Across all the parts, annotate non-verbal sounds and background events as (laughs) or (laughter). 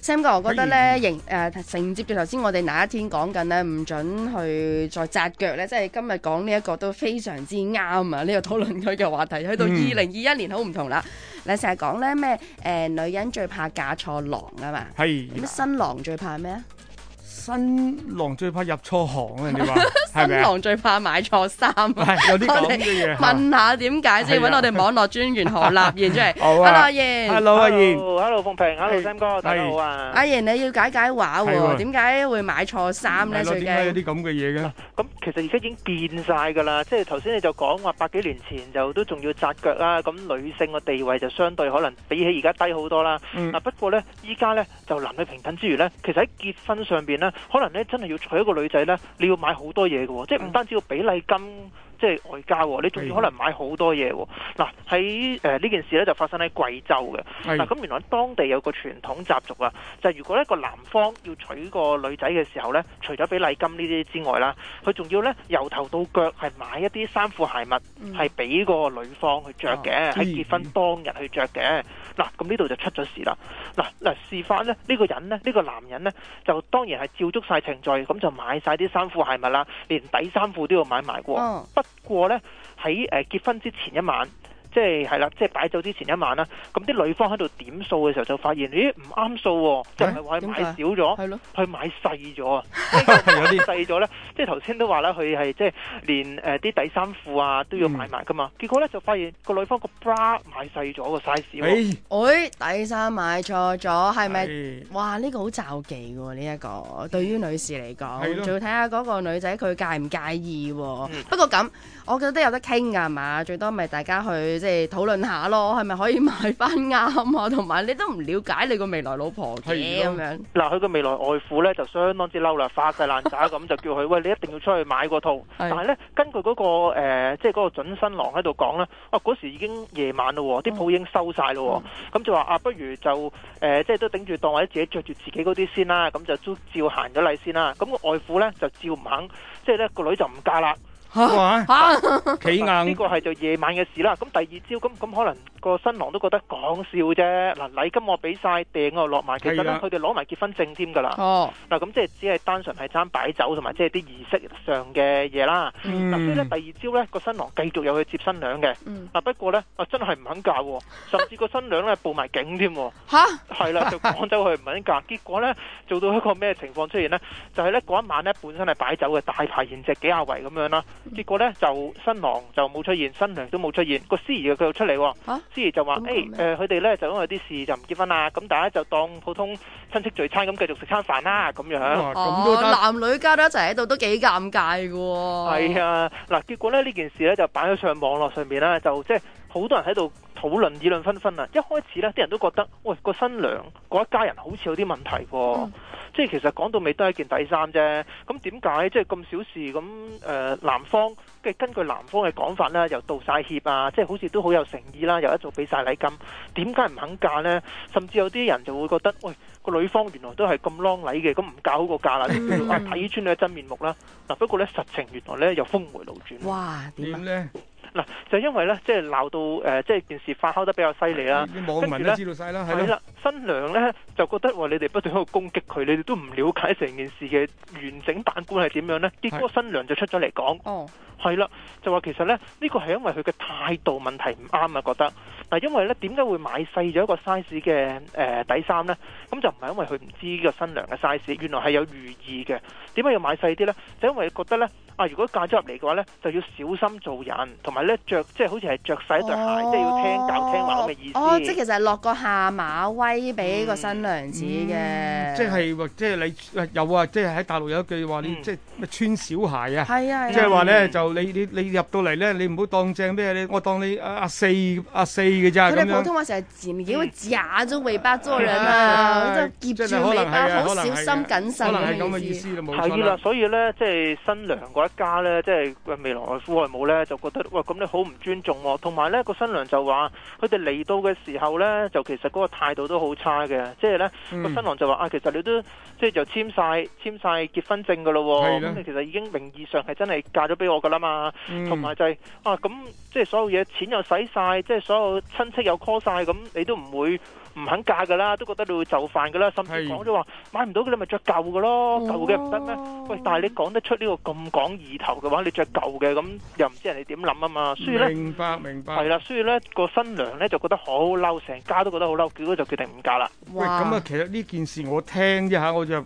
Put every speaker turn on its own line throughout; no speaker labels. Sam 哥，我覺得
嗯
呃咧，迎誒承接住頭先我哋那一天講緊咧，唔準去再扎腳咧，即係今日講呢一個都非常之啱啊！呢、個討論區嘅話題，去到二
嗯
零二一年好唔同啦。你成日講咧咩誒女人最怕嫁錯郎啊嘛，咁
係
新郎最怕咩啊？
新郎最怕入錯行啊！人哋話係咪
新
啊？
郎最怕買錯衫啊！
(laughs) 係啊有啲
我
咁
哋
嘅嘢嚇。
問下點解先，
係啊
揾我哋網絡專員何立賢出嚟。
(laughs) 好
Hello，阿
啊
賢。
，Hello
Ờ,
阿燕，
Hello，hello，鳳平，Hello
係
Sam 哥，大家好啊。
阿賢，你要解解話
係
喎，
喎
點解會買錯衫咧？
係咯
最
點解有
近
啲咁嘅嘢嘅？
咁其實而家已經變晒㗎啦，即係頭先你就講話百幾年前就都仲要紮腳啦，咁女性嘅地位就相對可能比起而家低好多啦。
嗯
嗱，不過呢，依家呢，就男女平等之餘呢，其實喺結婚上邊呢，可能呢真係要娶一個女仔呢，你要買好多嘢嘅喎，即係唔
嗯
單止要俾禮金。即係外交喎，你仲要可能買好多嘢喎。嗱喺誒呢件事呢，就發生喺貴州嘅。嗱，
係
咁原來當地有個傳統習俗啊，就係、如果一個男方要娶個女仔嘅時候呢，除咗俾禮金呢啲之外啦，佢仲要呢由頭到腳係買一啲衫褲鞋襪，
嗯
係俾個女方去着嘅，
啊
喺結婚當日去着嘅。嗱，咁呢度就出咗事啦。嗱嗱，事發呢，呢、個人呢，呢、個男人呢，就當然係照足晒程序，咁就買晒啲衫褲鞋襪啦，連底衫褲都要買埋喎。
哦
不過呢，喺誒結婚之前一晚，即係係啦，即係擺酒之前一晚啦，咁啲女方喺度點數嘅時候就發現，咦唔啱數喎，就唔係話佢買少咗，
係咯。
佢買細咗啊，
有啲
細咗呢， (laughs) 即係頭先都話啦，佢係即係連誒啲底衫褲啊都要買埋噶嘛，結果呢，就發現個女方個 bra 買細咗個 size 喎。
誒
哎，底衫買錯咗，係咪？
係
哇！呢、個好罩忌嘅喎，呢、一個對於女士嚟
係
講，
咯
仲要睇下嗰個女仔佢介唔介意喎。
嗯
不過咁，我覺得有得傾㗎係嘛，最多咪大家去即係討論下咯，係咪可以買翻啱啊？ (laughs) 同埋你都唔了解你個未來老婆嘅
係
咁
咯
樣，
嗱，佢個未來外父呢，就相當之嬲啦，發晒爛渣咁就叫佢喂，你一定要出去買個套。但係呢，根據嗰、個、呃、即係嗰個準新郎喺度講咧，啊嗰時已經夜晚咯喎，啲鋪已經收晒咯
嗯
喎，咁就話啊，不如就誒、呃即係都頂住當或者自己着住自己嗰啲先啦，咁就都照行咗禮先啦。咁、個外父呢，就照唔肯，即係呢個女就唔嫁啦。
哇，
嚇
企硬
呢個係就夜晚嘅事啦。咁第二朝咁咁可能個新郎都覺得講笑啫。嗱禮金我俾晒，訂我落埋，其實
係
呢
啦，
佢哋攞埋結婚證添㗎啦。
哦，
嗱，啊咁即係只係單純係爭擺酒同埋即係啲儀式上嘅嘢啦。
Ừ.
嗱，所以咧
嗯，
第二朝咧個新郎繼續有去接新娘嘅。
嗯，
嗱，不過咧啊真係唔肯嫁喎，甚至個新娘咧報埋警添喎。
嚇
啊
係啦，就趕走佢唔肯嫁。結果咧做到一個咩情況出現呢？就係咧嗰一晚咧本身係擺酒嘅大排筵席幾廿圍咁樣啦，
嗯
結果咧就新郎就冇出現，新娘都冇出現，個司儀就繼續出嚟喎
嚇。
司儀就話：
咁講
誒
咩
誒，佢哋咧就因為啲事就唔結婚啦，咁大家就當普通親戚聚餐咁繼續食餐飯啦咁樣。
哇咁都
哦，
得，
男女家都一齊喺度都幾尷尬嘅喎。
係啊，嗱，結果咧呢件事咧就擺咗上網絡上面啦，就即係好多人喺度討論議論紛紛啊。一開始咧，啲人都覺得，喂個新娘嗰一家人好似有啲問題喎、
嗯
即係其實講到尾都係一件底衫啫。咁點解即係咁小事咁誒、呃男方嘅根據男方嘅講法啦，又道晒歉啊，即係好似都好有誠意啦，又一早俾晒禮金，點解唔肯嫁呢？甚至有啲人就會覺得，喂個女方原來都係咁啷禮嘅，咁唔嫁好過嫁啦，即係叫做啊睇穿你嘅真面目啦。嗱，不過咧實情原來咧又峰回路轉。
哇，點啊
點？咧？
嗱，就因為咧即係鬧到誒、呃即係件事發酵得比較犀利啦。
啲網民都知道晒啦，嗯係咯，
係啦，新娘咧就覺得話你哋不斷喺度攻擊佢，你哋都唔了解成件事嘅完整版本係點樣呢？結果新娘就出咗嚟講，
哦，
係啦，就話其實呢，呢個係因為佢嘅態度問題唔啱啊，覺得嗱，因為呢點解會買細咗一個 size 嘅誒底衫呢？咁就唔係因為佢唔知個新娘嘅 size，原來係有寓意嘅。點解要買細啲呢？就因為覺得呢，啊，如果嫁咗入嚟嘅話呢，就要小心做人，同埋呢着即係好似係着細一對鞋，即係要聽教聽話咁嘅意思。嗯
哦，即係其實係落個下馬威俾個新娘
Ừ.
子嘅，啊
嗯即係或即係你有啊，即係喺大陸有一句話，你
嗯
即係咩穿小鞋啊。
係啊，
即係話咧，
嗯
就你你你入到嚟咧，你唔好當正咩，你我當你阿阿四阿四嘅咋
佢
咁
哋普
樣。
通話成日剪，因為假咗尾巴做人
係
啊
啊，
即係夾
真係
住
可
尾
能係
巴，
啊
好
可能
小
係
心
啊
謹
可
慎
能係咁嘅
嘅
意
意思。
思啦，冇錯
係啦，。所以咧，即係新娘嗰一家咧，即係呃未來外父外母咧，就覺得喂，咁你好唔尊重喎、同埋咧，個新娘就話，佢哋嚟到嘅時候咧，就其實嗰個態度都好差嘅，即係咧個新
嗯
郎就話啊，其實你都即係就簽晒簽晒結婚證㗎咯
係
喎，
啦
咁你其實已經名義上係真係嫁咗俾我㗎啦嘛。
嗯
同埋就係、啊，咁即係所有嘢錢又使晒，即係所有親戚又 call 晒，咁你都唔會唔肯嫁噶啦，都覺得你會就範噶啦，甚至
係哦
講咗話買唔到嘅你咪着舊嘅咯，舊嘅唔得咩？喂，但係你講得出呢個咁講意頭嘅話，你着舊嘅咁又唔知人哋點諗啊嘛，所以呢。
明白明白。
係啦，所以咧個新娘咧就覺得好嬲，成家都覺得好嬲，結果就決定唔嫁啦。
喂，咁啊，其實呢件事我聽一下，我就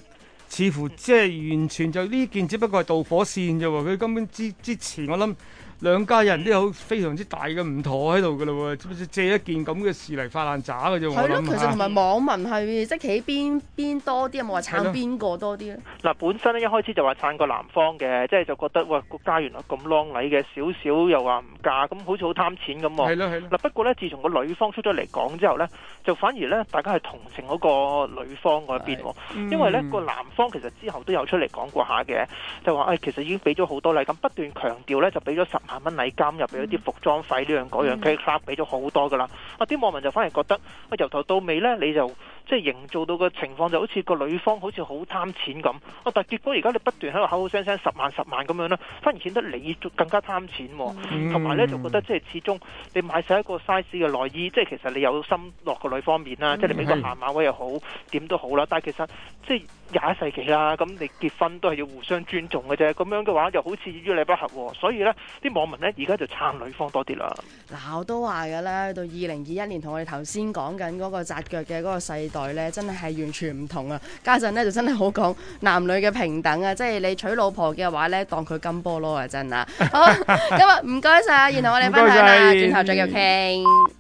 似乎即係完全就呢件只不過係導火線啫喎。佢根本之之前，我諗兩家人都有非常之大嘅唔妥喺度噶啦喎，知唔知借一件咁嘅事嚟發爛渣嘅啫喎。我
係咯，
諗啊
其實
嚇
同埋網民係即係企邊邊多啲，有冇話撐
係咯
邊個多啲咧？
嗱，本身咧一開始就話撐個男方嘅，即係就覺得哇個家原來咁啷禮嘅，少少又話唔嫁，咁好似好貪錢咁喎。
係咯係咯，
嗱，不過咧，自從個女方出咗嚟講之後咧，就反而咧大家係同情嗰個女方嗰邊喎。因為咧
嗯
個男方其實之後都有出嚟講過下嘅，就話誒、哎其實已經俾咗好多禮金，不斷強調咧就俾咗十萬蚊禮金，又俾
嗯
咗啲服裝費呢樣嗰樣
嗯
k club 俾咗好多噶啦。啊啲網民就反而覺得，喂由頭到尾咧你就即係營造到個情況就好似個女方好似好貪錢咁，啊但係結果而家你不斷喺度口口聲聲十萬十萬咁樣啦，反而顯得你更加貪錢喎、
嗯
同埋咧就覺得即係始終你買晒一個 size 嘅內衣，即係其實你有心落個女方面啦，
嗯
即係你俾個下馬威又好，點都好啦。但係其實即係廿一世紀啦，咁你結婚都係要互相尊重嘅啫。咁樣嘅話又好似於理不合喎。所以咧，啲網民咧而家就撐女方多啲啦。
嗱，我都話㗎啦，到二零二一年同我哋頭先講緊嗰個紮腳嘅嗰個世代呢，真係完全唔同啊！家陣呢，就真係好講男女嘅平等啊，即係你娶老婆嘅話呢，當佢金
(laughs)
菠蘿啊，真啊！好，今日唔該晒，然後我哋分享啦，
唔該晒
轉頭再繼續傾。